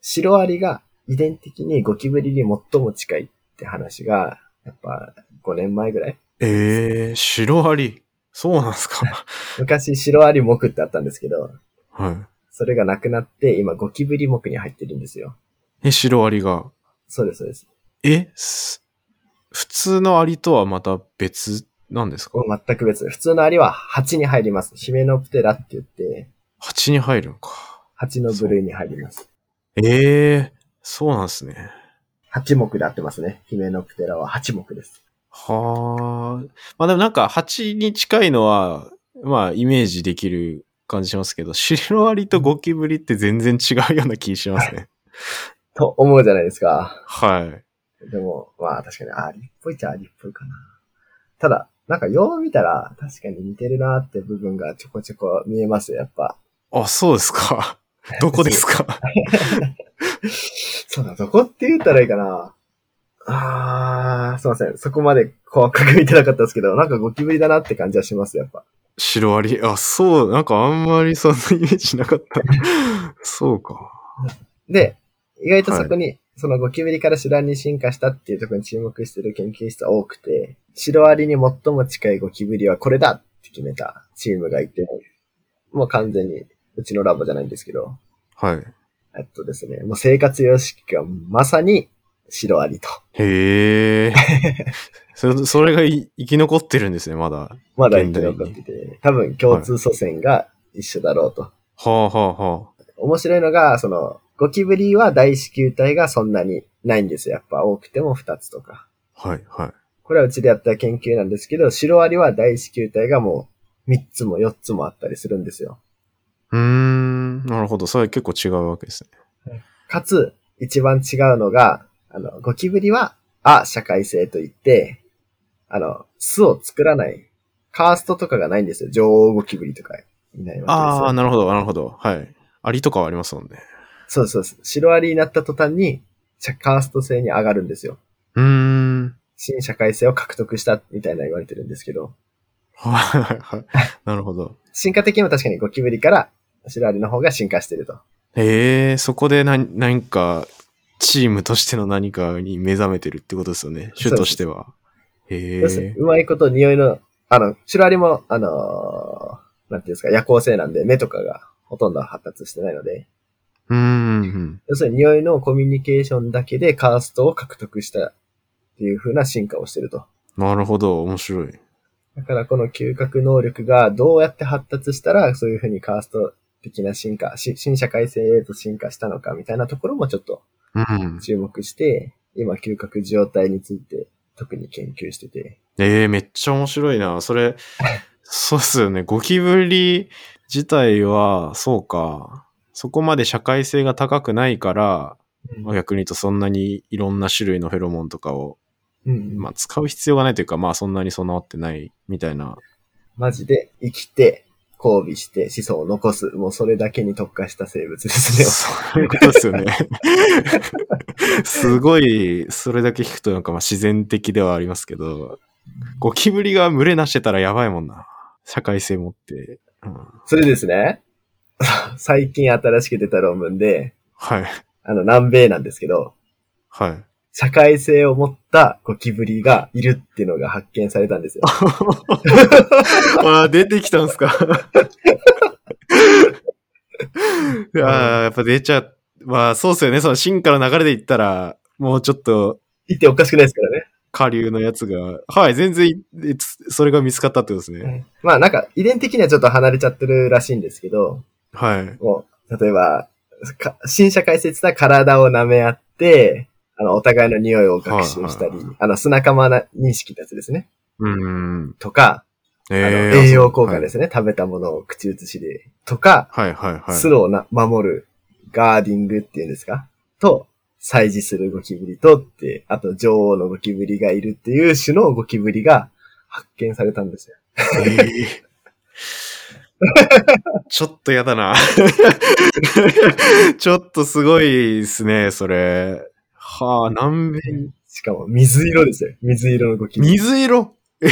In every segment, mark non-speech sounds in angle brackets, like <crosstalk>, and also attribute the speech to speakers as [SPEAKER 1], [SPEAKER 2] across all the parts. [SPEAKER 1] シロアリが遺伝的にゴキブリに最も近いって話が、やっぱ5年前ぐらい
[SPEAKER 2] ええー、シロアリ。そうなんですか。
[SPEAKER 1] 昔シロアリ目ってあったんですけど、
[SPEAKER 2] は
[SPEAKER 1] それがなくなって今ゴキブリ目に入ってるんですよ。
[SPEAKER 2] い。え、シロアリが。
[SPEAKER 1] そうです、そうです。
[SPEAKER 2] え、す普通のアリとはまた別なんですか
[SPEAKER 1] これ全く別。普通のアリは蜂に入ります。ヒメノプテラって言って、
[SPEAKER 2] 蜂に入るのか。
[SPEAKER 1] 蜂の部類に入ります。
[SPEAKER 2] ええー、そうなんですね。
[SPEAKER 1] 蜂目で合ってますね。ヒメノプテラは蜂目です。
[SPEAKER 2] はあ。まあでもなんか蜂に近いのは、まあイメージできる感じしますけど、シロアリとゴキブリって全然違うような気しますね。
[SPEAKER 1] と思うじゃないですか。
[SPEAKER 2] はい。
[SPEAKER 1] でも、まあ確かにアリっぽいっちゃアリっぽいかな。ただ、なんかよう見たら確かに似てるなって部分がちょこちょこ見えますよ、やっぱ。
[SPEAKER 2] あ、そうです <laughs> か。どこですか
[SPEAKER 1] そうだ、どこって言ったらいいかな。あー、すいません。そこまで細かく見てなかったですけど、なんかゴキブリだなって感じはします、やっぱ。
[SPEAKER 2] シロアリ。あ、そう、なんかあんまりそんなイメージなか <laughs> った。そうか。
[SPEAKER 1] で、意外とそこに、そのゴキブリからシロアリに進化したっていうところに注目してる研究室は多くて、シロアリに最も近いゴキブリはこれだって決めたチームがいて、もう完全に、うちのラボじゃないんですけど、
[SPEAKER 2] <laughs> はい。
[SPEAKER 1] えっとですね、もう生活様式がまさにシロアリと。
[SPEAKER 2] へえ。そそれがい生き残ってるんですね、まだ。は
[SPEAKER 1] まだ生き残ってて、多分共通祖先が一緒だろうと。
[SPEAKER 2] あはあはあ。
[SPEAKER 1] 面白いのが、その、ゴキブリは大子球体がそんなにないんですよ。やっぱ多くても2つとか。
[SPEAKER 2] はい、はい。
[SPEAKER 1] これはうちでやった研究なんですけど、シロアリは大子球体がもう3つも4つもあったりするんですよ。
[SPEAKER 2] うーん、なるほど。それ結構違うわけですね。
[SPEAKER 1] かつ、一番違うのが、あの、ゴキブリは、あ、社会性といって、あの、巣を作らない、カーストとかがないんですよ。女王ゴキブリとかいないわけですよ。
[SPEAKER 2] ああ、なるほど、なるほど。はい。アリとかはありますもんね。
[SPEAKER 1] そうそうそう。シロアリになった途端に、社カースト性に上がるんですよ。
[SPEAKER 2] うーん。
[SPEAKER 1] 新社会性を獲得したみたいな言われてるんですけど、
[SPEAKER 2] はいはいはい。なるほど。
[SPEAKER 1] 進化的にも確かにゴキブリからシロアリの方が進化してると。
[SPEAKER 2] ええそこで何、何か、チームとしての何かに目覚めてるってことですよね。種としては。ええ
[SPEAKER 1] 要するにうまいこと匂いの、あの、シロアリも、あのーなんていうんですか、夜行性なんで目とかがほとんど発達してないので、
[SPEAKER 2] うーん。
[SPEAKER 1] 要するに匂いのコミュニケーションだけでカーストを獲得したっていう風な進化をしてると。
[SPEAKER 2] なるほど。面白い。
[SPEAKER 1] だからこの嗅覚能力がどうやって発達したらそういう風にカースト的な進化、し新社会性へと進化したのかみたいなところもちょっと
[SPEAKER 2] うん。
[SPEAKER 1] 注目して、今、嗅覚受容体について特に研究してて。
[SPEAKER 2] ええめっちゃ面白いな。それ、そうっすよね。ゴキブリ自体は、そうか。そこまで社会性が高くないから、まあ逆に言うとそんなにいろんな種類のフェロモンとかを、
[SPEAKER 1] うん
[SPEAKER 2] まあ、使う必要がないというか、まあそんなに備わってないみたいな。
[SPEAKER 1] マジで生きて、交尾して、子孫を残す。もうそれだけに特化した生物ですね。
[SPEAKER 2] <laughs> そういうことですよね。すごい、それだけ聞くとなんかまあ自然的ではありますけど、ゴキブリが群れなしてたらやばいもんな。社会性持って。うん、
[SPEAKER 1] それですね。最近新しく出た論文で、
[SPEAKER 2] はい。
[SPEAKER 1] あの、南米なんですけど、
[SPEAKER 2] はい。
[SPEAKER 1] 社会性を持ったゴキブリがいるっていうのが発見されたんです
[SPEAKER 2] <laughs>
[SPEAKER 1] よ。
[SPEAKER 2] ああ、出てきたんす <laughs> か。ああ、やっぱ出ちゃう、まあそうっすよね。その進化の流れで言ったら、もうちょっと
[SPEAKER 1] いておかしくないですからね。
[SPEAKER 2] 下流のやつが、はい、全然い、いつそれが見つかったってことですね。
[SPEAKER 1] まあなんか、遺伝的にはちょっと離れちゃってるらしいんですけど、
[SPEAKER 2] はい。
[SPEAKER 1] もう、例えば、か新社会説は体を舐め合って、あの、お互いの匂いを学習したり、
[SPEAKER 2] はいはい
[SPEAKER 1] あの、砂釜な認識ってやつですね。
[SPEAKER 2] うん。
[SPEAKER 1] とか、
[SPEAKER 2] え
[SPEAKER 1] あの
[SPEAKER 2] ー
[SPEAKER 1] 栄養効果ですね、食べたものを口移しで。とか、
[SPEAKER 2] はい。はいはいはい。
[SPEAKER 1] 巣をな守る、ガーディングっていうんですかと、採餌するゴキブリとって、あと女王のゴキブリがいるっていう種のゴキブリが発見されたんですよ。
[SPEAKER 2] えー <laughs> ちょっとやだな。 <laughs> ちょっとすごいですね、それ。はあ、南米に。
[SPEAKER 1] しかも水色ですよ。水色のゴキブリ。
[SPEAKER 2] 水色 <laughs>
[SPEAKER 1] の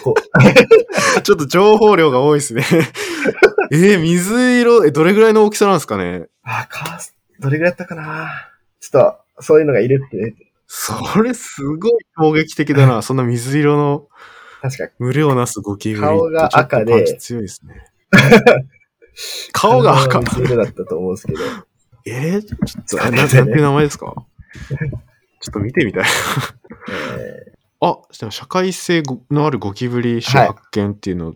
[SPEAKER 1] 子
[SPEAKER 2] ちょっと情報量が <laughs> 多いですね。えー、水色、え、どれぐらいの大きさなんですかね
[SPEAKER 1] あ、カースどれぐらいやったかなちょっと、そういうのがいるってね。
[SPEAKER 2] それすごい攻撃的だ
[SPEAKER 1] <laughs>
[SPEAKER 2] な。そんな水色の
[SPEAKER 1] 確か
[SPEAKER 2] 群れをなすゴキブリって
[SPEAKER 1] 顔が赤で
[SPEAKER 2] ちょっとパンチ強いですね。顔が赤
[SPEAKER 1] 顔。水色だったと思うんですけど。
[SPEAKER 2] えー、ちょっと、あななんていう名前です <laughs> かちょっと見てみたい。
[SPEAKER 1] え
[SPEAKER 2] <laughs> あ、でも社会性のあるゴキブリ種発見っていうの、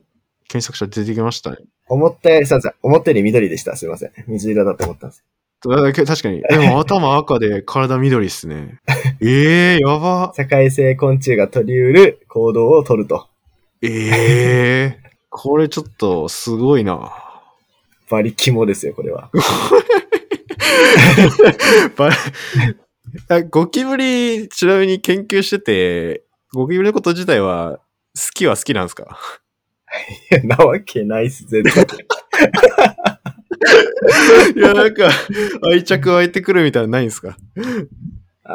[SPEAKER 2] 検索したら出てきましたね。
[SPEAKER 1] ー思ったより、すいません。思ったより緑でした。すいません。水色だと思ったんです。
[SPEAKER 2] だけ確かに。で <laughs> も頭赤で体緑っす <laughs> ね。ええやば。
[SPEAKER 1] 社会性昆虫が取り得る行動を取ると。
[SPEAKER 2] ええこれちょっとすごいな。
[SPEAKER 1] バリ肝ですよ、これは。 <laughs>
[SPEAKER 2] バレあゴキブリ、ちなみに研究してて、ゴキブリのこと自体は好きは好きなんですか
[SPEAKER 1] いやなわけないっす、絶対。
[SPEAKER 2] いや、なんか、愛着湧いてくるみたいなのないんですか
[SPEAKER 1] あ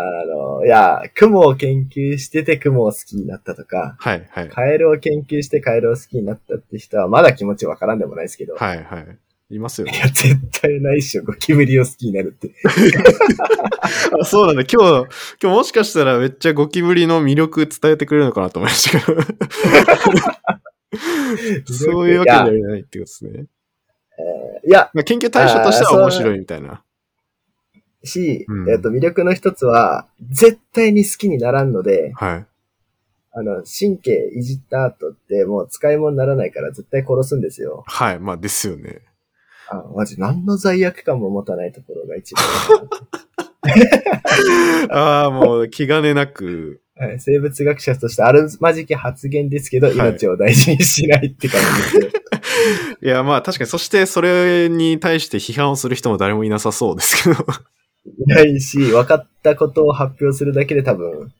[SPEAKER 1] の、いや、雲を研究してて雲を好きになったとか、
[SPEAKER 2] はい、はい。
[SPEAKER 1] カエルを研究してカエルを好きになったって人はまだ気持ちわからんでもないですけど、
[SPEAKER 2] はい、はい。いますよ
[SPEAKER 1] い
[SPEAKER 2] ね。
[SPEAKER 1] や、絶対ないっしょ、ゴキブリを好きになるって。
[SPEAKER 2] あ <laughs> そうなんだ。今日、今日もしかしたらめっちゃゴキブリの魅力伝えてくれるのかなと思いました <laughs> けど。そういうわけではないってことですね。
[SPEAKER 1] いや、
[SPEAKER 2] まあ、研究対象としては面白いみたいな。
[SPEAKER 1] し、
[SPEAKER 2] うん
[SPEAKER 1] えっと、魅力の一つは、絶対に好きにならんので、
[SPEAKER 2] はい。
[SPEAKER 1] あの、神経いじった後ってもう使い物にならないから絶対殺すんですよ。
[SPEAKER 2] はい。まあ、ですよね。 <laughs>
[SPEAKER 1] あマジ、何の罪悪感も持たないところが一番。 <laughs>
[SPEAKER 2] ああ、もう気兼ねなく。
[SPEAKER 1] はい、生物学者としてあるまじき発言ですけど、
[SPEAKER 2] はい
[SPEAKER 1] 命を大事にしないって感じです。
[SPEAKER 2] いや、まあ確かに、そしてそれに対して批判をする人も誰もいなさそうですけど。
[SPEAKER 1] ないし、分かったことを発表するだけで多分、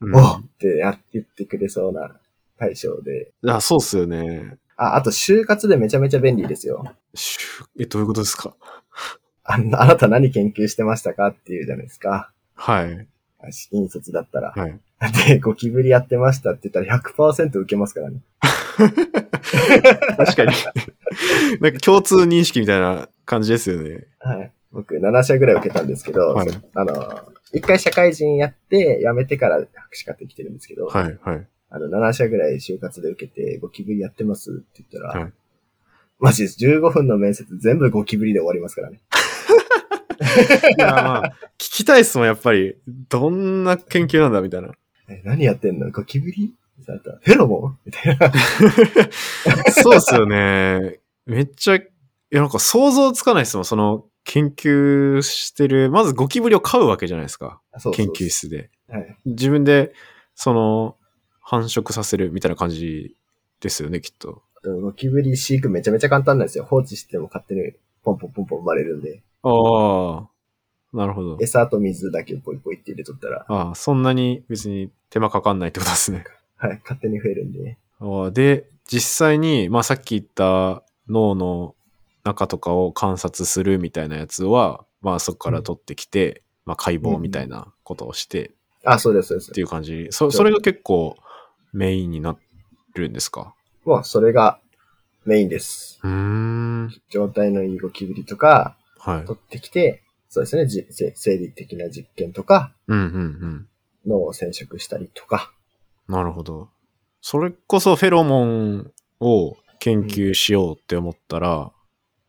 [SPEAKER 2] う
[SPEAKER 1] おっってやって言ってくれそうな対象で。
[SPEAKER 2] ん、あそうっすよね。
[SPEAKER 1] あ、あと、就活でめちゃめちゃ便利ですよ。
[SPEAKER 2] しゅえ、どういうことですか
[SPEAKER 1] ああなた何研究してましたかっていうじゃないですか。
[SPEAKER 2] はい。
[SPEAKER 1] あし引率だったら。
[SPEAKER 2] はい。
[SPEAKER 1] <laughs> で、ゴキブリやってましたって言ったら100%受けますからね。
[SPEAKER 2] 確かに。 <laughs> なんか共通認識みたいな感じですよね。
[SPEAKER 1] はい。僕、7社ぐらい受けたんですけど、
[SPEAKER 2] はい
[SPEAKER 1] あの、一回社会人やって、辞めてから博士課程来てるんですけど、
[SPEAKER 2] はい、はい。
[SPEAKER 1] あの、7社ぐらい就活で受けて、ゴキブリやってますって言ったら、
[SPEAKER 2] はい
[SPEAKER 1] マジです。15分の面接全部ゴキブリで終わりますからね。
[SPEAKER 2] いや、まあ、聞きたいっすもん、やっぱり。どんな研究なんだ、みたいな。
[SPEAKER 1] え何やってんのゴキブリされたらフェロモンみたいな。
[SPEAKER 2] そうっすよね。めっちゃ、いや、なんか想像つかないっすもん、その、研究してる、まずゴキブリを飼うわけじゃないですか。
[SPEAKER 1] そうそう
[SPEAKER 2] 研究室で。
[SPEAKER 1] はい。
[SPEAKER 2] 自分で、その、繁殖させるみたいな感じですよね、きっと。
[SPEAKER 1] ゴキブリ飼育めちゃめちゃ簡単なんですよ。放置しても勝手にポンポンポンポン生まれるんで、
[SPEAKER 2] ああ、なるほど。
[SPEAKER 1] 餌と水だけポイポイって入れとったら、
[SPEAKER 2] ああ、そんなに別に手間かかんないってことですね。
[SPEAKER 1] はい、勝手に増えるんで。
[SPEAKER 2] ああで、実際に、まあさっき言った脳の中とかを観察するみたいなやつは、まあそこから取ってきて、まあ解剖みたいなことをして
[SPEAKER 1] あ、そうです、そうです
[SPEAKER 2] って。いう感じ。そそれが結構メインになるんですか
[SPEAKER 1] もうそれがメインです。
[SPEAKER 2] うーん。
[SPEAKER 1] 状態のいいゴキブリとか、
[SPEAKER 2] はい。
[SPEAKER 1] 取ってきて、そうですね、じせ生理的な実験とか、
[SPEAKER 2] うんうんうん。
[SPEAKER 1] 脳を染色したりとか。
[SPEAKER 2] なるほど。それこそフェロモンを研究しようって思ったら、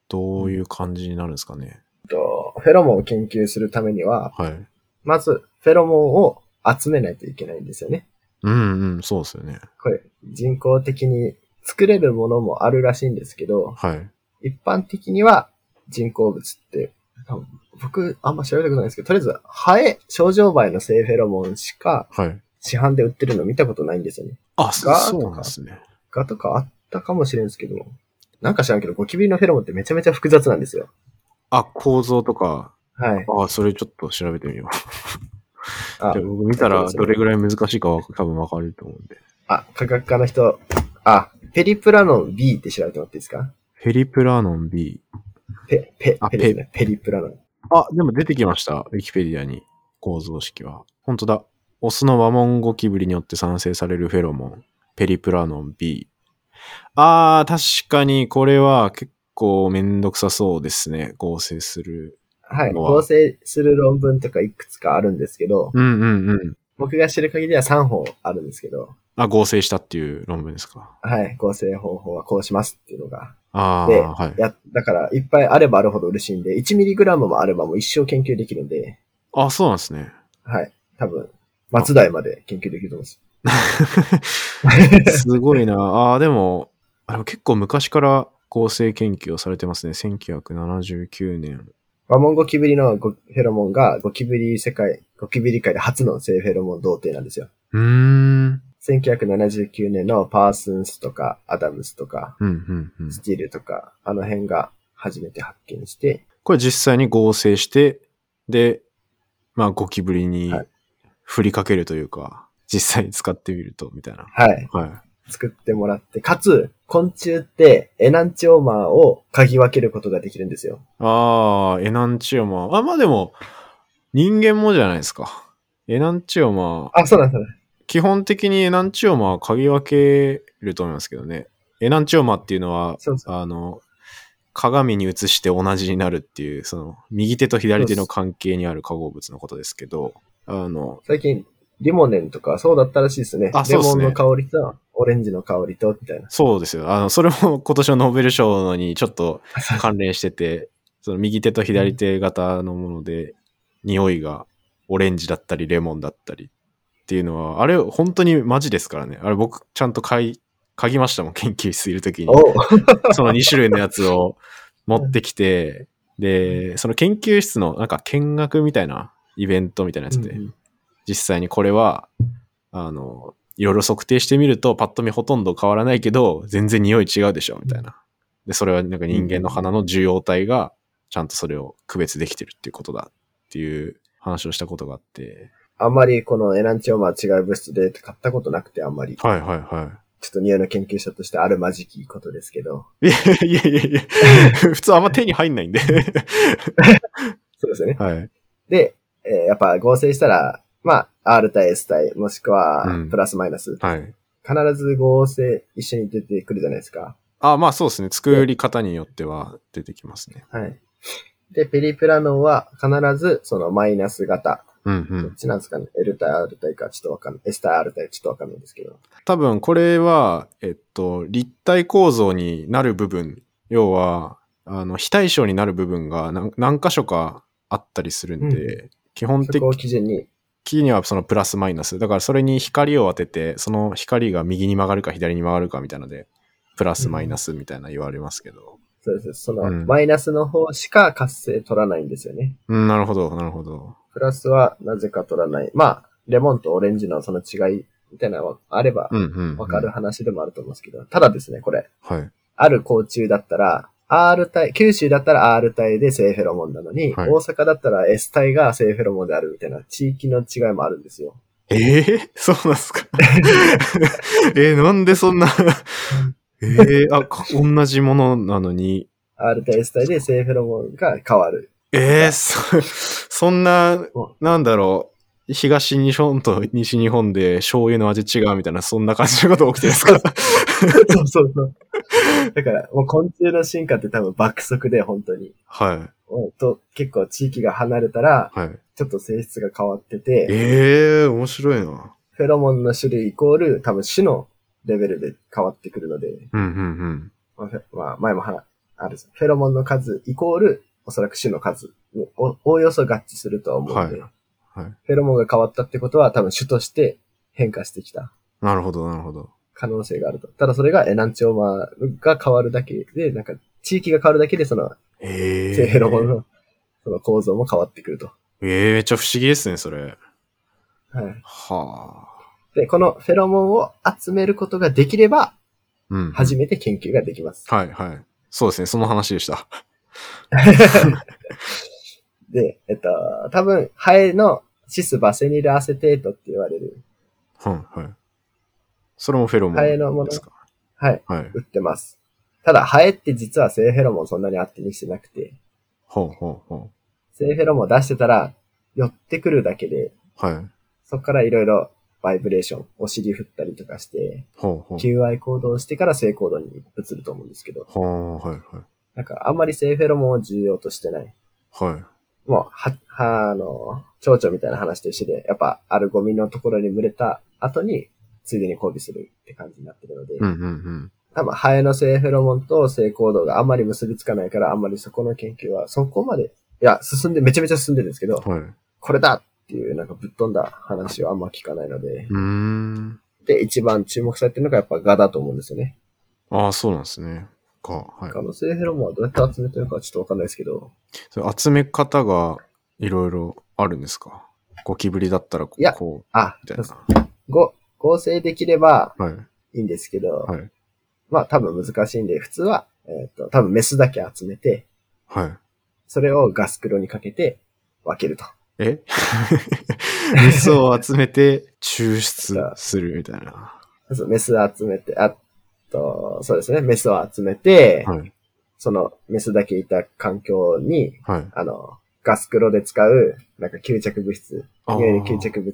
[SPEAKER 2] どういう感じになるんですかね。
[SPEAKER 1] とフェロモンを研究するためには、
[SPEAKER 2] はい。
[SPEAKER 1] まず、フェロモンを集めないといけないんですよね。
[SPEAKER 2] うんうん、そうですよね。
[SPEAKER 1] これ、人工的に作れるものもあるらしいんですけど、
[SPEAKER 2] はい。
[SPEAKER 1] 一般的には人工物って、多分僕、あんま調べたことないんですけど、とりあえず、ハエ、症状梅の性フェロモンしか
[SPEAKER 2] はい。
[SPEAKER 1] 市販で売ってるの見たことないんですよね。
[SPEAKER 2] あ、そ
[SPEAKER 1] ガー
[SPEAKER 2] そう
[SPEAKER 1] とか
[SPEAKER 2] なんですね。
[SPEAKER 1] ガとかあったかもしれんすけど、なんか知らんけど、ゴキブリのフェロモンってめちゃめちゃ複雑なんですよ。
[SPEAKER 2] あ、構造とか。
[SPEAKER 1] はい。
[SPEAKER 2] あ、それちょっと調べてみよう。
[SPEAKER 1] あ
[SPEAKER 2] で、僕見たらどれぐらい難しいかは多分わかると思うんで。
[SPEAKER 1] あ、科学家の人、あ、ペリプラノン B って調べてもらっていいですか
[SPEAKER 2] フェリプラノン B。
[SPEAKER 1] ペ、ペ、
[SPEAKER 2] あ
[SPEAKER 1] ペリですね。ペリプラノン。
[SPEAKER 2] あ、でも出てきました。ウィキペディアに。構造式は。本当だ。オスの和モンゴキブリによって産生されるフェロモン。ペリプラノン B。あー、確かにこれは結構めんどくさそうですね。合成する。
[SPEAKER 1] はい、
[SPEAKER 2] のは
[SPEAKER 1] 構成する論文とかいくつかあるんですけど、
[SPEAKER 2] うんうんうん。
[SPEAKER 1] 僕が知る限りは3本あるんですけど、
[SPEAKER 2] あ、合成したっていう論文ですか。
[SPEAKER 1] はい、構成方法はこうしますっていうのが。
[SPEAKER 2] ああ、
[SPEAKER 1] で
[SPEAKER 2] はい。
[SPEAKER 1] や、だから、いっぱいあればあるほど嬉しいんで、1mg もあればもう一生研究できるんで、
[SPEAKER 2] あ、そうなんですね。
[SPEAKER 1] はい、多分、松代まで研究できると思います。
[SPEAKER 2] <laughs> すごいな。ああ、でも、あれ結構昔から合成研究をされてますね。1979年。
[SPEAKER 1] ワモンゴキブリのゴフェロモンがゴキブリ世界、ゴキブリ界で初の性フェロモン童貞なんですよ。
[SPEAKER 2] うーん。
[SPEAKER 1] 1979年のパースンスとか、アダムスとか、
[SPEAKER 2] うんうんうん。
[SPEAKER 1] スティールとか、あの辺が初めて発見して、
[SPEAKER 2] これ実際に合成して、で、まあ、ゴキブリに
[SPEAKER 1] はい
[SPEAKER 2] 振りかけるというか、実際に使ってみると、みたいな。
[SPEAKER 1] はい。
[SPEAKER 2] はい。
[SPEAKER 1] 作ってもらって、かつ、昆虫ってエナンチオーマーを嗅ぎ分けることができるんですよ。
[SPEAKER 2] ああ、エナンチオマー。あ、まあでも、人間もじゃないですか。エナンチオマー。
[SPEAKER 1] あ、そうなんですね。
[SPEAKER 2] 基本的にエナンチオマーは嗅ぎ分けると思いますけどね。エナンチオマーっていうのは、
[SPEAKER 1] そうそう。
[SPEAKER 2] あの、鏡に映して同じになるっていう、その、右手と左手の関係にある化合物のことですけど、あの、
[SPEAKER 1] 最近、リモネンとかそうだったらしいですね。
[SPEAKER 2] あ
[SPEAKER 1] レ
[SPEAKER 2] そうっす
[SPEAKER 1] モン
[SPEAKER 2] ね
[SPEAKER 1] の香りと、オレンジの香りと、みたいな。
[SPEAKER 2] そうですよ。あの、それも <laughs> 今年のノーベル賞のにちょっと関連してて、その右手と左手型のもので、匂いがオレンジだったり、レモンだったりっていうのは、あれ本当にマジですからね。あれ僕ちゃんと嗅い、嗅ぎましたもん、研究室いるときに。
[SPEAKER 1] おう
[SPEAKER 2] <laughs> その2種類のやつ <laughs> を持ってきて、で、その研究室のなんか見学みたいなイベントみたいなやつで、
[SPEAKER 1] うんうん
[SPEAKER 2] 実際にこれは、あの、いろいろ測定してみると、パッと見ほとんど変わらないけど、全然匂い違うでしょ、みたいな。で、それはなんか人間の鼻の受容体が、ちゃんとそれを区別できてるっていうことだっていう話をしたことがあって。
[SPEAKER 1] あんまりこのエナンチオーマー違う物質で買ったことなくて、あんまり。
[SPEAKER 2] はいはいは
[SPEAKER 1] ちょっと匂いの研究者としてあるまじきことですけど。
[SPEAKER 2] い。いや <laughs> いやいやいや、普通あんま手に入んないんで。
[SPEAKER 1] そうですよね。
[SPEAKER 2] <laughs> はい。
[SPEAKER 1] で、えーやっぱ合成したら、まあ、R 対 S 対、もしく
[SPEAKER 2] う
[SPEAKER 1] は
[SPEAKER 2] ん、
[SPEAKER 1] プラスマイナス。
[SPEAKER 2] はい。
[SPEAKER 1] 必ず合成一緒に出てくるじゃないですか。
[SPEAKER 2] あ、まあそうですね。作り方によっては出てきますね。
[SPEAKER 1] はい。で、ペリプラノンは必ずそのマイナス型。
[SPEAKER 2] うんう
[SPEAKER 1] どっ
[SPEAKER 2] ん。
[SPEAKER 1] ちなんですかね ?L 対 R 対かちょっとわかんない。S 対 R 対ちょっとわかんないんですけど。
[SPEAKER 2] 多分これは、えっと、立体構造になる部分、要は、あの、非対称になる部分が何何箇所かあったりするんで、基本
[SPEAKER 1] そ
[SPEAKER 2] 的
[SPEAKER 1] こを基準に。
[SPEAKER 2] にはそのプラスマイナス。だからそれに光を当てて、その光が右に曲がるか左に曲がるかみたいなので、プラスマイナスみたいな言われますけど。
[SPEAKER 1] そうです。その、
[SPEAKER 2] うん
[SPEAKER 1] マイナスの方しか活性取らないんですよね。
[SPEAKER 2] うん、なるほど、なるほど。
[SPEAKER 1] プラスはなぜか取らない。まあ、レモンとオレンジのその違いみたいなのはあれば
[SPEAKER 2] うんうん、うん。
[SPEAKER 1] わかる。話でもあると思うんですけど。ただですね、これ。
[SPEAKER 2] はい。
[SPEAKER 1] ある甲虫だったら、R 体、九州だったら R 体で性フェロモンなのに、
[SPEAKER 2] はい
[SPEAKER 1] 大阪だったら S 体が性フェロモンであるみたいな地域の違いもあるんですよ。
[SPEAKER 2] ええ <laughs> そうなんですかえーなんでそんな、 <laughs> ええあ、こ同じものなのに、
[SPEAKER 1] R 体 S 体で性フェロモンが変わる。
[SPEAKER 2] ええそ、そんな、なんだろう、東日本と西日本で醤油の味違うみたいな、そんな感じのこと起きてるんですか <laughs>
[SPEAKER 1] <laughs> そうそうそう。だから、もう昆虫の進化って多分爆速で、本当に。
[SPEAKER 2] は
[SPEAKER 1] もうと結構地域が離れたら、
[SPEAKER 2] い。はい。
[SPEAKER 1] ちょっと性質が変わってて、
[SPEAKER 2] ええ面白いな。
[SPEAKER 1] フェロモンの種類イコール多分種のレベルで変わってくるので、
[SPEAKER 2] うんうんうん。
[SPEAKER 1] まあフェ、まあ、前も話、あるんですフェロモンの数イコール、おそらく種の数にお、おおよそ合致するとは思うので、
[SPEAKER 2] はいはい
[SPEAKER 1] フェロモンが変わったってことは多分種として変化してきた
[SPEAKER 2] なるほど、なるほど。
[SPEAKER 1] 可能性があると。ただそれがエナンチオーマーが変わるだけで、なんか地域が変わるだけでその、
[SPEAKER 2] ええ
[SPEAKER 1] 性フェロモンのその構造も変わってくると。
[SPEAKER 2] ええめっちゃ不思議ですね、それ。
[SPEAKER 1] はい。
[SPEAKER 2] はあ。
[SPEAKER 1] で、このフェロモンを集めることができれば、
[SPEAKER 2] うん。
[SPEAKER 1] 初めて研究ができます。
[SPEAKER 2] はい、はい。そうですね、その話でした。
[SPEAKER 1] で、えっと、多分、ハエのシスバセニルアセテートって言われる、
[SPEAKER 2] はい、はい。それもフェロモン
[SPEAKER 1] ハエのもの
[SPEAKER 2] ですか。
[SPEAKER 1] はい。
[SPEAKER 2] はい。
[SPEAKER 1] 売ってます。ただ、ハエって実は性フェロモンそんなにあってにしてなくて、
[SPEAKER 2] ほうほうほ
[SPEAKER 1] 性フェロモン出してたら、寄ってくるだけで、
[SPEAKER 2] う。はい。
[SPEAKER 1] そこからいろいろバイブレーション、お尻振ったりとかして、
[SPEAKER 2] ほうほう。
[SPEAKER 1] 求愛行動をしてから性行動に移ると思うんですけど、
[SPEAKER 2] ほう、はい、はい。
[SPEAKER 1] なんかあんまり性フェロモンを重要としてない。
[SPEAKER 2] はい。
[SPEAKER 1] もう、は、は、あの、蝶々みたいな話と一緒で、やっぱ、あるゴミのところに群れた後に、ついでに交尾するって感じになってるので、
[SPEAKER 2] うんうんうん。
[SPEAKER 1] 多分、ハエの性フェロモンと性行動があんまり結びつかないから、あんまりそこの研究はそこまで、いや、進んで、めちゃめちゃ進んでるんですけど、
[SPEAKER 2] はい。
[SPEAKER 1] これだっていう、なんかぶっ飛んだ話はあんま聞かないので、
[SPEAKER 2] うーん。
[SPEAKER 1] で、一番注目されてるのがやっぱガだと思うんですよね。
[SPEAKER 2] ああ、そうなんですね。か、はい。
[SPEAKER 1] あの、性フェロモンはどうやって集めてるのかちょっとわかんないですけど、
[SPEAKER 2] それ集め方がいろいろあるんですかゴキブリだったらこ
[SPEAKER 1] いや
[SPEAKER 2] う、こ
[SPEAKER 1] あ
[SPEAKER 2] う、みたいな。
[SPEAKER 1] ご、合成できれば
[SPEAKER 2] はい。
[SPEAKER 1] いいんですけど、
[SPEAKER 2] はい。
[SPEAKER 1] まあ多分難しいんで、普通は、えっ、と、多分メスだけ集めて、
[SPEAKER 2] はい。
[SPEAKER 1] それをガスクロにかけて分けると。
[SPEAKER 2] え <laughs> メスを集めて抽出するみたいな。
[SPEAKER 1] そうメス集めて、あと、そうですね、メスを集めて、
[SPEAKER 2] はい。
[SPEAKER 1] そのメスだけいた環境に、
[SPEAKER 2] はい。
[SPEAKER 1] あの、ガスクロで使う、なんか吸着物質、
[SPEAKER 2] あ
[SPEAKER 1] いわゆる吸
[SPEAKER 2] ー
[SPEAKER 1] 着物を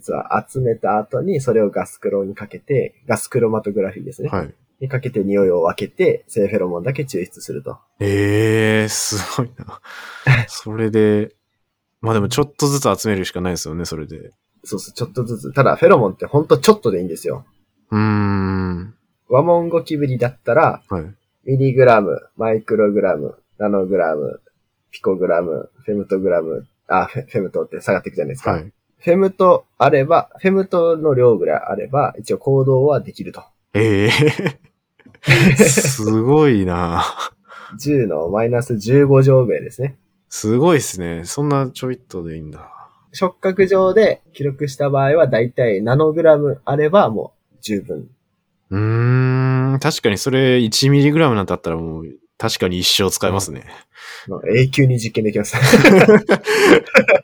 [SPEAKER 1] 集めた後に、それをガスクロにかけて、ガスクロマトグラフィーですね。
[SPEAKER 2] はい。
[SPEAKER 1] にかけて匂いを分けて、性フェロモンだけ抽出すると。
[SPEAKER 2] ええー、すごい <laughs> な。それで、まあでもちょっとずつ集めるしかないですよね、それで。
[SPEAKER 1] そうそう、ちょっとずつ。ただ、フェロモンってほんとちょっとでいいんですよ。
[SPEAKER 2] うーん。
[SPEAKER 1] ワモンゴキブリだったら、
[SPEAKER 2] はい。
[SPEAKER 1] ミリグラム、マイクログラム、ナノグラム、ピコグラム、フェムトグラム、あ、フェフェムトって下がっていくじゃないですか。
[SPEAKER 2] はい。
[SPEAKER 1] フェムトあれば、フェムトの量ぐらいあれば、一応行動はできると。
[SPEAKER 2] ええ <laughs> ー、すごいな。
[SPEAKER 1] 10のマイナス15乗ぐらいですね。
[SPEAKER 2] すごいですね。そんなちょいっとでいいんだ。
[SPEAKER 1] 触覚上で記録した場合は、だいたいナノグラムあればもう十分。
[SPEAKER 2] うーん、確かにそれ 1mg なんてあったらもう確かに一生使えますね。
[SPEAKER 1] まあ永久に実験できます。 <laughs>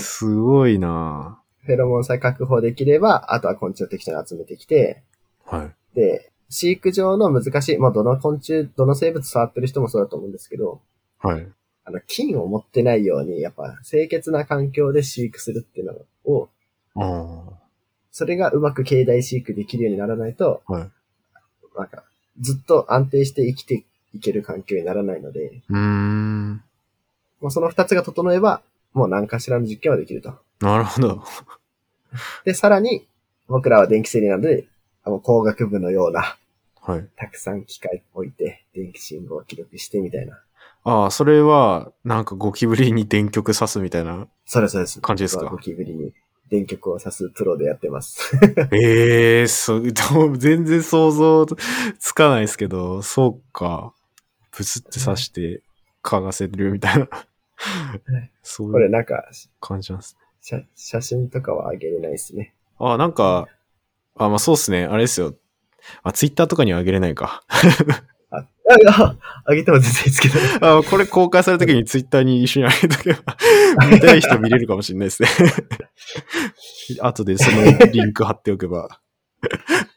[SPEAKER 2] すごいな
[SPEAKER 1] フェロモンさえ確保できれば、あとは昆虫を適当に集めてきて、
[SPEAKER 2] はい。
[SPEAKER 1] で、飼育上の難しい、まあ、どの昆虫、どの生物触ってる人もそうだと思うんですけど、
[SPEAKER 2] はい。う
[SPEAKER 1] あの、菌を持ってないように、やっぱ、清潔な環境で飼育するっていうのを、
[SPEAKER 2] あ
[SPEAKER 1] それがうまく携代飼育できるようにならないと、
[SPEAKER 2] はい
[SPEAKER 1] なんか、ずっと安定して生きていける環境にならないので、
[SPEAKER 2] ーん。
[SPEAKER 1] もうその二つが整えば、もう何かしらの実験はできると。
[SPEAKER 2] なるほど。
[SPEAKER 1] で、さらに、僕らは電気整理なので、あの、工学部のような、
[SPEAKER 2] はい。
[SPEAKER 1] たくさん機械置いて、電気信号を記録してみたいな。
[SPEAKER 2] ああ、それは、なんかゴキブリに電極刺すみたいな。 <laughs>
[SPEAKER 1] それそうです。
[SPEAKER 2] 感じですか
[SPEAKER 1] ゴキブリに電極を刺すプロでやってます。
[SPEAKER 2] ええー、そう、どう全然想像つかないですけど、そうか。ブスって刺して、嗅がせるみたいな。そ
[SPEAKER 1] <laughs> こ
[SPEAKER 2] うい
[SPEAKER 1] れ
[SPEAKER 2] う
[SPEAKER 1] なんか、
[SPEAKER 2] 感じなんですね。
[SPEAKER 1] 写写真とかはあげれないですね。
[SPEAKER 2] あ、なんか、あ、まあそうっすね。あれですよ。あ、ツイッターとかにはあげれないか。
[SPEAKER 1] あ、いや、あげても全然いいですけど。
[SPEAKER 2] あ、これ公開された時にツイッターに一緒にあげとけば、見たい人見れるかもしれないですね。後でそのリンク貼っておけば。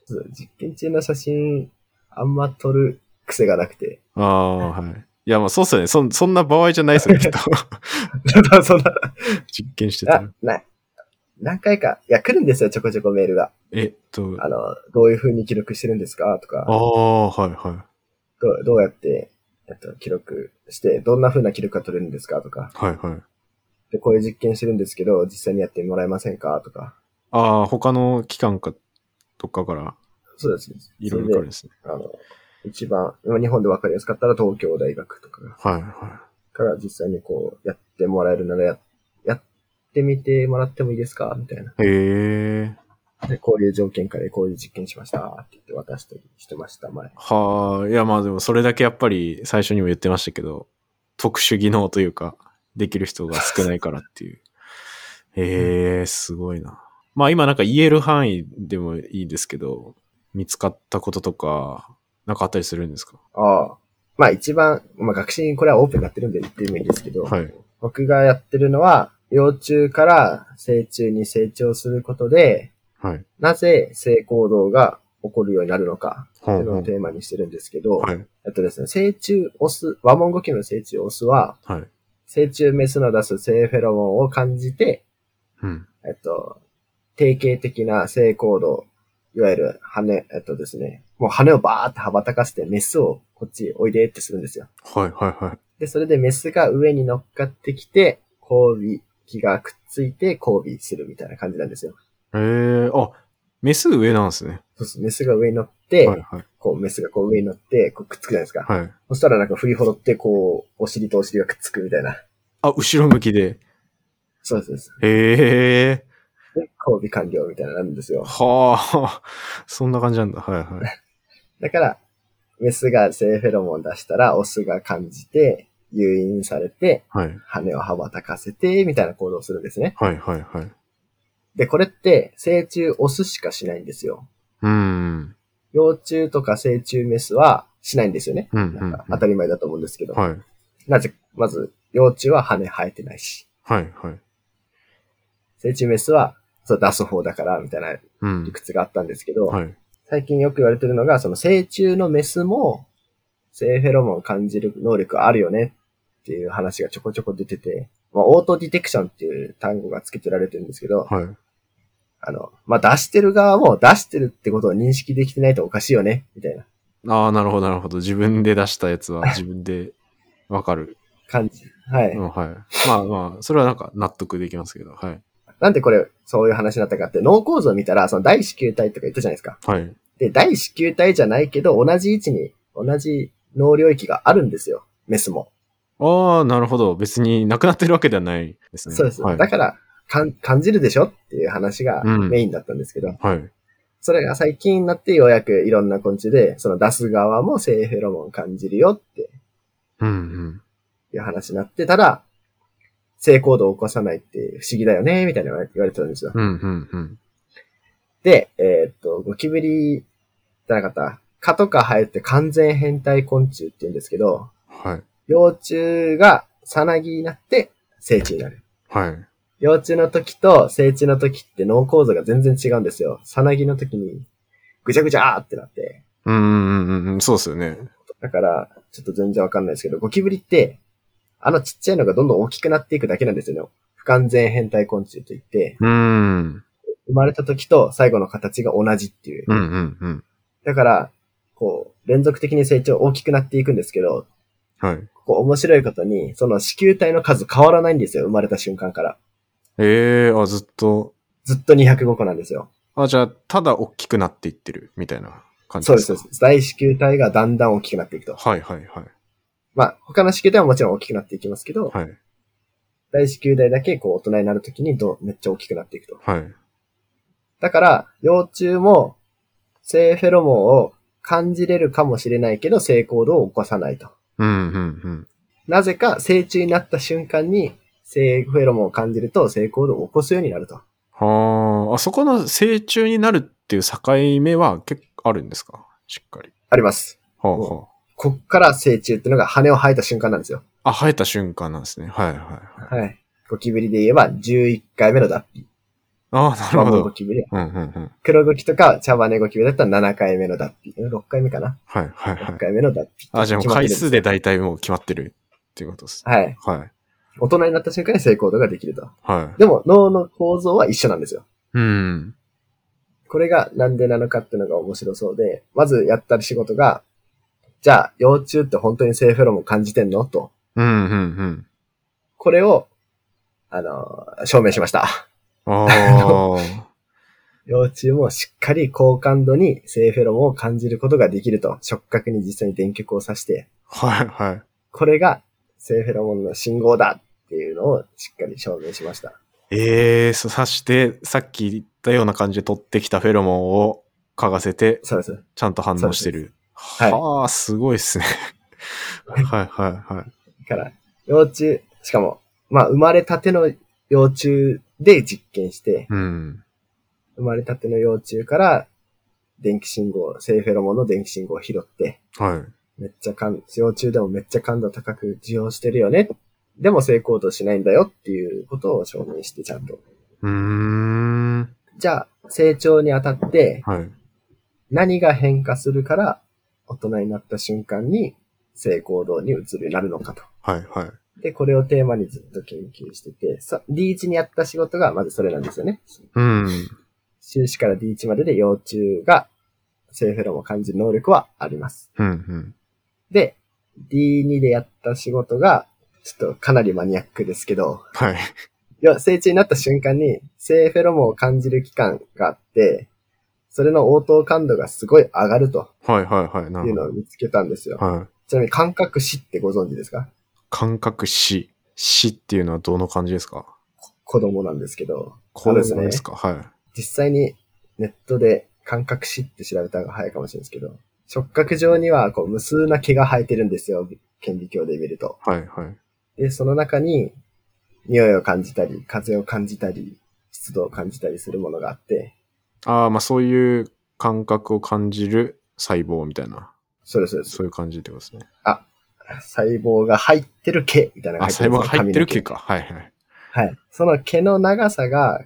[SPEAKER 1] そう実験中の写真、あんま撮る癖がなく
[SPEAKER 2] <laughs>
[SPEAKER 1] て。
[SPEAKER 2] ああ、はい。いや、まあそうっすよね。そんそんな場合じゃないで
[SPEAKER 1] <laughs>
[SPEAKER 2] すよね、きっと。
[SPEAKER 1] そんな、
[SPEAKER 2] 実験してた
[SPEAKER 1] あ
[SPEAKER 2] ら。、
[SPEAKER 1] ない。何回か、いや、来るんですよ、ちょこちょこメールが。
[SPEAKER 2] えっと、
[SPEAKER 1] あの、どういう風に記録してるんですかとか
[SPEAKER 2] あ、あ、はいは
[SPEAKER 1] どうどうやって、えっと、記録して、どんな風な記録が取れるんですかとか、
[SPEAKER 2] い。はいはい。
[SPEAKER 1] で、こういう実験してるんですけど、実際にやってもらえませんかとか。
[SPEAKER 2] ああ、他の機関か、とかから、
[SPEAKER 1] そうですね。
[SPEAKER 2] いろいろ
[SPEAKER 1] そ
[SPEAKER 2] 来
[SPEAKER 1] れ
[SPEAKER 2] るん
[SPEAKER 1] で
[SPEAKER 2] ですね。
[SPEAKER 1] あの、一番、今日本で分かりやすかったら東京大学とかが
[SPEAKER 2] はいは
[SPEAKER 1] から実際にこう、やってもらえるならや、やってみてもらってもいいですかみたいな。
[SPEAKER 2] い。へえ。
[SPEAKER 1] で、こういう条件下でこういう実験しましたって言って渡したりしてました、前。
[SPEAKER 2] はあ、いやまあでもそれだけやっぱり最初にも言ってましたけど、特殊技能というか、できる人が少ないからって
[SPEAKER 1] <laughs>
[SPEAKER 2] いう。ええー、すごいな。まあ今なんか言える範囲でもいいですけど、見つかったこととか、なんかあったりするんですか
[SPEAKER 1] ああ。まあ一番、まあ学習これはオープンになってるんで言ってもいいですけど、
[SPEAKER 2] はい。
[SPEAKER 1] 僕がやってるのは、幼虫から成虫に成長することで、
[SPEAKER 2] はい。
[SPEAKER 1] なぜ性行動が起こるようになるのか
[SPEAKER 2] ほ
[SPEAKER 1] ってい
[SPEAKER 2] う
[SPEAKER 1] う
[SPEAKER 2] ほ
[SPEAKER 1] のを
[SPEAKER 2] う
[SPEAKER 1] テーマにしてるんですけど、
[SPEAKER 2] はい。
[SPEAKER 1] えっとですね、成虫オス、ワモンゴキブリの成虫オスは、
[SPEAKER 2] はい。
[SPEAKER 1] 成虫メスの出す性フェロモンを感じて、
[SPEAKER 2] うん。
[SPEAKER 1] えっと、定型的な性行動、いわゆる羽、えっとですね、もう羽をバーって羽ばたかせてメスをこっちおいでってするんですよ。
[SPEAKER 2] はいはいはい。
[SPEAKER 1] で、それでメスが上に乗っかってきて、交尾器がくっついて交尾するみたいな感じなんですよ。
[SPEAKER 2] えー、あ、メス上なんですね。
[SPEAKER 1] そうそう、メスが上に乗って、
[SPEAKER 2] はいはい。
[SPEAKER 1] こう、メスがこう上に乗って、こうくっつくじゃないですか。
[SPEAKER 2] はい。
[SPEAKER 1] そしたらなんか振りほどって、こう、お尻とお尻がくっつくみたいな。
[SPEAKER 2] あ、後ろ向きで。
[SPEAKER 1] そうですそうです。
[SPEAKER 2] ええ
[SPEAKER 1] で、交尾完了みたいなのなんですよ
[SPEAKER 2] ー、。はあ、 <laughs> そんな感じなんだ。はいはい。
[SPEAKER 1] だから、メスが性フェロモン出したら、オスが感じて、誘引されて、
[SPEAKER 2] <laughs> はい。
[SPEAKER 1] 羽を羽ばたかせて、みたいな行動をするんですね。
[SPEAKER 2] はいはいはい。
[SPEAKER 1] で、これって、成虫オスしかしないんですよ。
[SPEAKER 2] うん。
[SPEAKER 1] 幼虫とか成虫メスはしないんですよね。
[SPEAKER 2] うんう
[SPEAKER 1] なん
[SPEAKER 2] ん
[SPEAKER 1] か当たり前だと思うんですけど。
[SPEAKER 2] はい。
[SPEAKER 1] なぜ、まず、幼虫は羽生えてないし、
[SPEAKER 2] はいはい。
[SPEAKER 1] 成虫メスは、そう出す方だから、みたいな
[SPEAKER 2] うん
[SPEAKER 1] 理。屈があったんですけど、
[SPEAKER 2] はい。
[SPEAKER 1] 最近よく言われてるのが、その成虫のメスも、性フェロモン感じる能力あるよねっていう話がちょこちょこ出てて、まあ、オートディテクションっていう単語が付けてられてるんですけど、
[SPEAKER 2] はい。
[SPEAKER 1] あの、まあ、出してる側も出してるってことを認識できてないとおかしいよね、みたいな
[SPEAKER 2] ああ、なるほどなるほど。自分で出したやつは自分でわ
[SPEAKER 1] <laughs>
[SPEAKER 2] かる。
[SPEAKER 1] 感じ。はい。
[SPEAKER 2] うん、はい。まあまあ、それはなんか納得できますけど。はい。
[SPEAKER 1] なんでこれ、そういう話になったかって、脳構造を見たら、その第子球体とか言ったじゃないですか。
[SPEAKER 2] はい。
[SPEAKER 1] で、第子球体じゃないけど、同じ位置に、同じ脳領域があるんですよ。メスも。
[SPEAKER 2] ああ、なるほど。別になくなってるわけではないですね。
[SPEAKER 1] そうです。
[SPEAKER 2] はい。
[SPEAKER 1] だからかん、感じるでしょっていう話が
[SPEAKER 2] うん
[SPEAKER 1] メインだったんですけど、
[SPEAKER 2] はい。
[SPEAKER 1] それが最近になってようやくいろんな昆虫で、その出す側も性フェロモン感じるよって
[SPEAKER 2] うんうん。
[SPEAKER 1] いう話になってたら、性行動を起こさないって不思議だよね、みたいなのが言われてたんですよ。
[SPEAKER 2] うんうんうん。
[SPEAKER 1] で、えーっと、ゴキブリじゃなかった、蚊とか生えて完全変態昆虫って言うんですけど、
[SPEAKER 2] はい。
[SPEAKER 1] 幼虫がさなぎになって成虫になる。
[SPEAKER 2] はい。
[SPEAKER 1] 幼虫の時と成虫の時って脳構造が全然違うんですよ。さなぎの時にぐちゃぐちゃーってなって。
[SPEAKER 2] うんうんうんうん。そうですよね。
[SPEAKER 1] だから、ちょっと全然わかんないですけど、ゴキブリって、あのちっちゃいのがどんどん大きくなっていくだけなんですよね。不完全変態昆虫といって、
[SPEAKER 2] うん。うん
[SPEAKER 1] 生まれた時と最後の形が同じっていう。
[SPEAKER 2] うんうん。
[SPEAKER 1] だから、こう、連続的に成長大きくなっていくんですけど、
[SPEAKER 2] はい。
[SPEAKER 1] こう面白いことに、その子宮体の数変わらないんですよ。生まれた瞬間から。
[SPEAKER 2] ええー、あ、ずっと。
[SPEAKER 1] ずっと205個なんですよ。
[SPEAKER 2] あ、じゃあ、ただ大きくなっていってるみたいな感じ
[SPEAKER 1] そうです、そう
[SPEAKER 2] か
[SPEAKER 1] です。大子宮体がだんだん大きくなっていくと。
[SPEAKER 2] はいはいはい。
[SPEAKER 1] まあ、他の子宮体はもちろん大きくなっていきますけど、
[SPEAKER 2] はい。
[SPEAKER 1] 大子宮体だけこう大人になるときにどうめっちゃ大きくなっていくと。
[SPEAKER 2] はい。
[SPEAKER 1] だから、幼虫も性フェロモンを感じれるかもしれないけど、性行動を起こさないと。
[SPEAKER 2] うんうんうん。
[SPEAKER 1] なぜか、成虫になった瞬間に、性フェロモンを感じると、性行動を起こすようになると。
[SPEAKER 2] はあ、あそこの成虫になるっていう境目は結構あるんですかしっかり。
[SPEAKER 1] あります。
[SPEAKER 2] はあ、
[SPEAKER 1] うん
[SPEAKER 2] は
[SPEAKER 1] こっから成虫ってのが羽を生えた瞬間なんですよ。
[SPEAKER 2] あ。あ、生えた瞬間なんですね。はいはいはい。
[SPEAKER 1] はい。ゴキブリで言えば、11回目の脱皮。
[SPEAKER 2] ああ、なる
[SPEAKER 1] まあ
[SPEAKER 2] ほ
[SPEAKER 1] もうゴ
[SPEAKER 2] ど。
[SPEAKER 1] キブリ。
[SPEAKER 2] うんうんうん。
[SPEAKER 1] 黒ゴキとか、茶羽ゴキブリだったら7回目の脱皮。6回目かな
[SPEAKER 2] はいはいは
[SPEAKER 1] ?6
[SPEAKER 2] い。
[SPEAKER 1] 回目の脱皮。
[SPEAKER 2] あ、じゃあもう
[SPEAKER 1] 決まってる
[SPEAKER 2] 回
[SPEAKER 1] んです
[SPEAKER 2] 数で大体もう決まってるっていうことです。
[SPEAKER 1] はい。
[SPEAKER 2] はい。
[SPEAKER 1] 大人になった瞬間に性行動ができると。
[SPEAKER 2] はい。
[SPEAKER 1] でも、脳の構造は一緒なんですよ。
[SPEAKER 2] うん。
[SPEAKER 1] これがなんでなのかっていうのが面白そうで、まずやった仕事が、じゃあ、幼虫って本当に性フェロモン感じてんのと。
[SPEAKER 2] うんうんうん。
[SPEAKER 1] これを、あの、証明しました。
[SPEAKER 2] ああ。
[SPEAKER 1] 幼虫もしっかり好感度に性フェロモンを感じることができると、触覚に実際に電極を刺して、
[SPEAKER 2] はいはい。
[SPEAKER 1] これが性フェロモンの信号だっていうのをしっかり証明しました。
[SPEAKER 2] ええー、そさして、さっき言ったような感じで取ってきたフェロモンを嗅がせて、
[SPEAKER 1] そうです。
[SPEAKER 2] ちゃんと反応してる。
[SPEAKER 1] うですはい
[SPEAKER 2] はあ、すごいっすね。はいはいはい。
[SPEAKER 1] から、幼虫、しかも、まあ、生まれたての幼虫で実験して、
[SPEAKER 2] うん。
[SPEAKER 1] 生まれたての幼虫から電気信号、性フェロモンの電気信号を拾って、
[SPEAKER 2] はい。
[SPEAKER 1] めっちゃ感、幼虫でもめっちゃ感度高く受容してるよね。でも性行動しないんだよっていうことを証明してちゃんと。
[SPEAKER 2] うーん。
[SPEAKER 1] じゃあ、成長にあたって
[SPEAKER 2] はい。
[SPEAKER 1] 何が変化するから大人になった瞬間に性行動に移るようになるのかと。
[SPEAKER 2] はいはい。
[SPEAKER 1] で、これをテーマにずっと研究してて、さ、D1 にやった仕事がまずそれなんですよね。
[SPEAKER 2] うん。
[SPEAKER 1] 終始から D1 までで幼虫が性フェロモンを感じる能力はあります。
[SPEAKER 2] うんうん。
[SPEAKER 1] で、D2 でやった仕事がちょっとかなりマニアックですけど、
[SPEAKER 2] はい。
[SPEAKER 1] 要は成虫になった瞬間に性フェロモンを感じる期間があって、それの応答感度がすごい上がると
[SPEAKER 2] はいはいはい。ないる
[SPEAKER 1] うの
[SPEAKER 2] ほど。
[SPEAKER 1] を見つけたんですよ。
[SPEAKER 2] はい。
[SPEAKER 1] ちなみに感覚死ってご存知ですか
[SPEAKER 2] 感覚死。死っていうのはどの感じですか
[SPEAKER 1] 子供なんですけど、
[SPEAKER 2] こうですですかはい。
[SPEAKER 1] 実際にネットで感覚死って調べた方が早いかもしれないですけど、触覚上にはこう無数な毛が生えてるんですよ。顕微鏡で見ると。
[SPEAKER 2] はいはい。
[SPEAKER 1] で、その中に匂いを感じたり、風を感じたり、湿度を感じたりするものがあって、
[SPEAKER 2] ああ、まあそういう感覚を感じる細胞みたいな。
[SPEAKER 1] それそれそ
[SPEAKER 2] そういう感じってことですね。
[SPEAKER 1] れ細胞が入ってる毛みたいなの
[SPEAKER 2] あ、細胞が入ってる毛。か。はいはい。
[SPEAKER 1] 髪のはい。その毛の長さが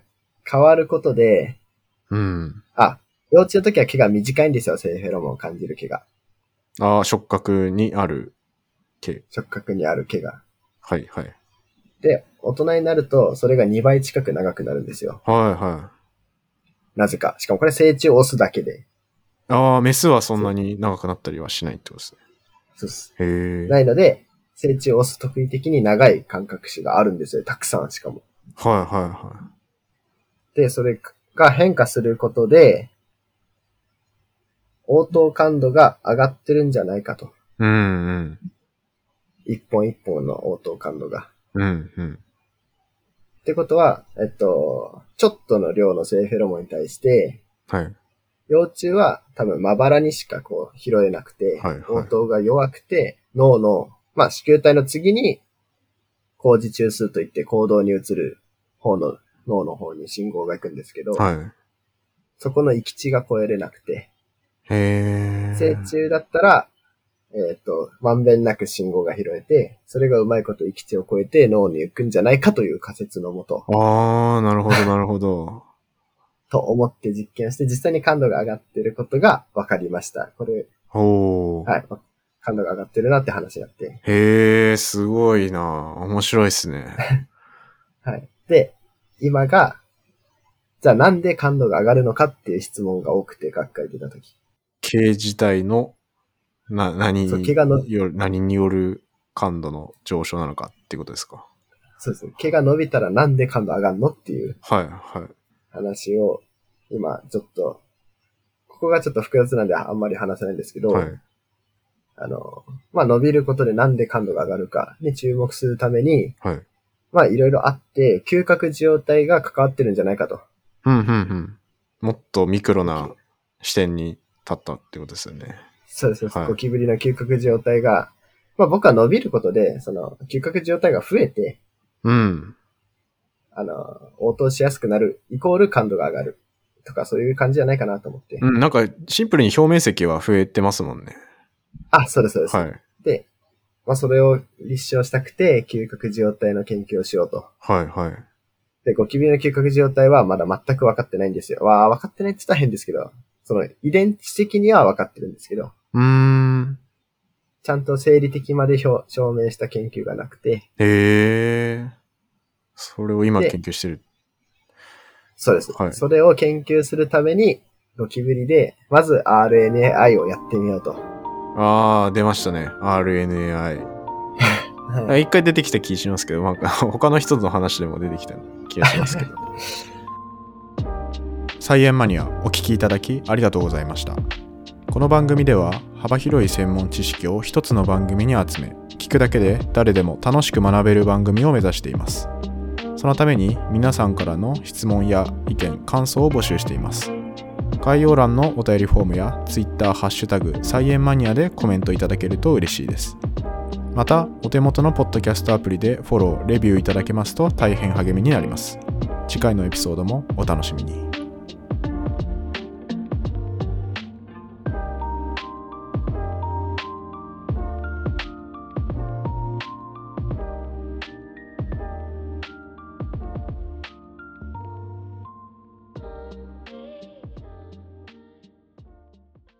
[SPEAKER 1] 変わることで、
[SPEAKER 2] うん。
[SPEAKER 1] あ、幼稚の時は毛が短いんですよ、性フェロモンを感じる毛が。
[SPEAKER 2] ああ、触覚にある毛。
[SPEAKER 1] 触覚にある毛が。
[SPEAKER 2] はいはい。
[SPEAKER 1] で、大人になると、それが2倍近く長くなるんですよ。
[SPEAKER 2] はいは
[SPEAKER 1] なぜか。しかもこれ成虫を押すだけで。
[SPEAKER 2] い。ああ、メスはそんなに長くなったりはしないってことですね。
[SPEAKER 1] そうっす。
[SPEAKER 2] へえ。
[SPEAKER 1] ないので、成虫を押す特異的に長い感覚詞があるんですよ。たくさんしかも。
[SPEAKER 2] はいはいはい。
[SPEAKER 1] で、それが変化することで、応答感度が上がってるんじゃないかと。
[SPEAKER 2] うんうん。
[SPEAKER 1] 一本一本の応答感度が。
[SPEAKER 2] うんうん。
[SPEAKER 1] ってことは、えっと、ちょっとの量の性フェロモンに対して、
[SPEAKER 2] はい。
[SPEAKER 1] 幼虫は多分まばらにしかこう拾えなくて、
[SPEAKER 2] はいはい
[SPEAKER 1] 応答が弱くて、脳の、まあ子宮体の次に、工事中枢といって行動に移る方の脳の方に信号が行くんですけど、
[SPEAKER 2] は
[SPEAKER 1] そこの行き地が越えれなくて、
[SPEAKER 2] い。へえ。
[SPEAKER 1] 成虫だったら、えっ、と、まんべんなく信号が拾えて、それがうまいこと行き地を越えて脳に行くんじゃないかという仮説のもと、
[SPEAKER 2] ああ、なるほど、なるほど。
[SPEAKER 1] と思って実験をして、実際に感度が上がっていることが分かりました。これ、
[SPEAKER 2] おー。
[SPEAKER 1] はい、感度が上がってるなって話になって、
[SPEAKER 2] へえ、すごいな。面白いです
[SPEAKER 1] <laughs>
[SPEAKER 2] ね。
[SPEAKER 1] はい。で、今が、じゃあなんで感度が上がるのかっていう質問が多くて、学会出たとき。
[SPEAKER 2] 毛自体の、な、何
[SPEAKER 1] そう
[SPEAKER 2] に
[SPEAKER 1] 毛がの
[SPEAKER 2] よる、何による感度の上昇なのかってことですか。
[SPEAKER 1] そうですね。毛が伸びたらなんで感度上がるのっていう
[SPEAKER 2] はい、はい。
[SPEAKER 1] 話を、今、ちょっと、ここがちょっと複雑なんであんまり話せないんですけど、
[SPEAKER 2] はい。
[SPEAKER 1] あの、まあ、伸びることでなんで感度が上がるかに注目するために、
[SPEAKER 2] はい。
[SPEAKER 1] まあ、いろいろあって、嗅覚受容体が関わってるんじゃないかと。
[SPEAKER 2] うん、うん、うん。もっとミクロな視点に立ったってことですよね。
[SPEAKER 1] そうです、そうです
[SPEAKER 2] はい
[SPEAKER 1] ゴキブリの嗅覚受容体が、まあ、僕は伸びることで、その、嗅覚受容体が増えて、
[SPEAKER 2] うん。
[SPEAKER 1] あの、応答しやすくなる、イコール感度が上がる。とか、そういう感じじゃないかなと思って。
[SPEAKER 2] うん、なんか、シンプルに表面積は増えてますもんね。
[SPEAKER 1] あ、そうです、そうです。
[SPEAKER 2] はい。
[SPEAKER 1] で、まあ、それを立証したくて、嗅覚受容体の研究をしようと。
[SPEAKER 2] はい、はい。
[SPEAKER 1] で、ゴキブリの嗅覚受容体はまだ全く分かってないんですよ。わあ、分かってないって言ったら変ですけど、その、遺伝子的には分かってるんですけど、
[SPEAKER 2] うーん。
[SPEAKER 1] ちゃんと生理的まで表証明した研究がなくて、
[SPEAKER 2] へえ。それを今
[SPEAKER 1] で
[SPEAKER 2] 研究してる。
[SPEAKER 1] そうです。
[SPEAKER 2] はい
[SPEAKER 1] それを研究するために、ゴキブリで、まず RNAi をやってみようと。
[SPEAKER 2] ああ、出ましたね。RNAI。
[SPEAKER 1] はい
[SPEAKER 2] あ一回出てきた気しますけど、なんか <laughs> 他の人の話でも出てきた気がしますけど。菜園マニア、お聞きいただきありがとうございました。この番組では幅広い専門知識を一つの番組に集め、聞くだけで誰でも楽しく学べる番組を目指しています。そのために皆さんからの質問や意見、感想を募集しています。概要欄のお便りフォームや Twitter ハッシュタグ菜園マニアでコメントいただけると嬉しいです。また、お手元のポッドキャストアプリでフォロー、レビューいただけますと大変励みになります。次回のエピソードもお楽しみに。